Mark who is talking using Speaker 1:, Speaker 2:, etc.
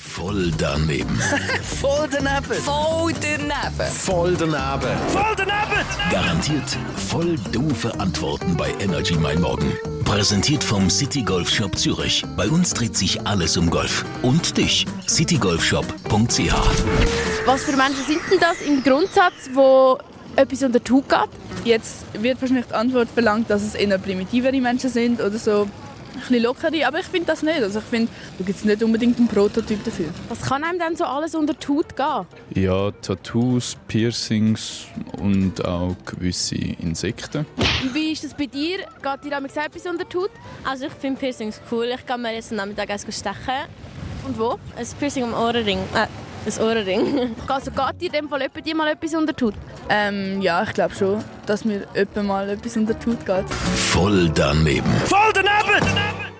Speaker 1: Voll daneben.
Speaker 2: Voll daneben.
Speaker 3: Voll daneben.
Speaker 1: Voll daneben. Garantiert voll doofe Antworten bei Energy Mein Morgen. Präsentiert vom City Golf Shop Zürich. Bei uns dreht sich alles um Golf. Und dich, citygolfshop.ch.
Speaker 4: Was für Menschen sind denn das im Grundsatz, wo etwas unter die Haut geht?
Speaker 5: Jetzt wird wahrscheinlich die Antwort verlangt, dass es eher primitivere Menschen sind oder so ein bisschen lockere, aber ich finde das nicht. Also ich finde, da gibt es nicht unbedingt einen Prototyp dafür.
Speaker 4: Was kann einem denn so alles unter die Haut gehen?
Speaker 6: Ja, Tattoos, Piercings und auch gewisse Insekten.
Speaker 4: Und wie ist das bei dir? Geht dir damit etwas unter die Haut?
Speaker 7: Also ich finde Piercings cool. Ich kann mir jetzt am Nachmittag eins stechen.
Speaker 4: Und wo?
Speaker 7: Ein Piercing am Ohrring. Äh, ein Ohrring.
Speaker 4: Also geht dir in dem Fall jemand dir mal etwas unter die Haut?
Speaker 5: Ähm, ja, ich glaube schon, dass mir jemand mal etwas unter die Haut geht.
Speaker 1: Voll daneben.
Speaker 2: Voll daneben.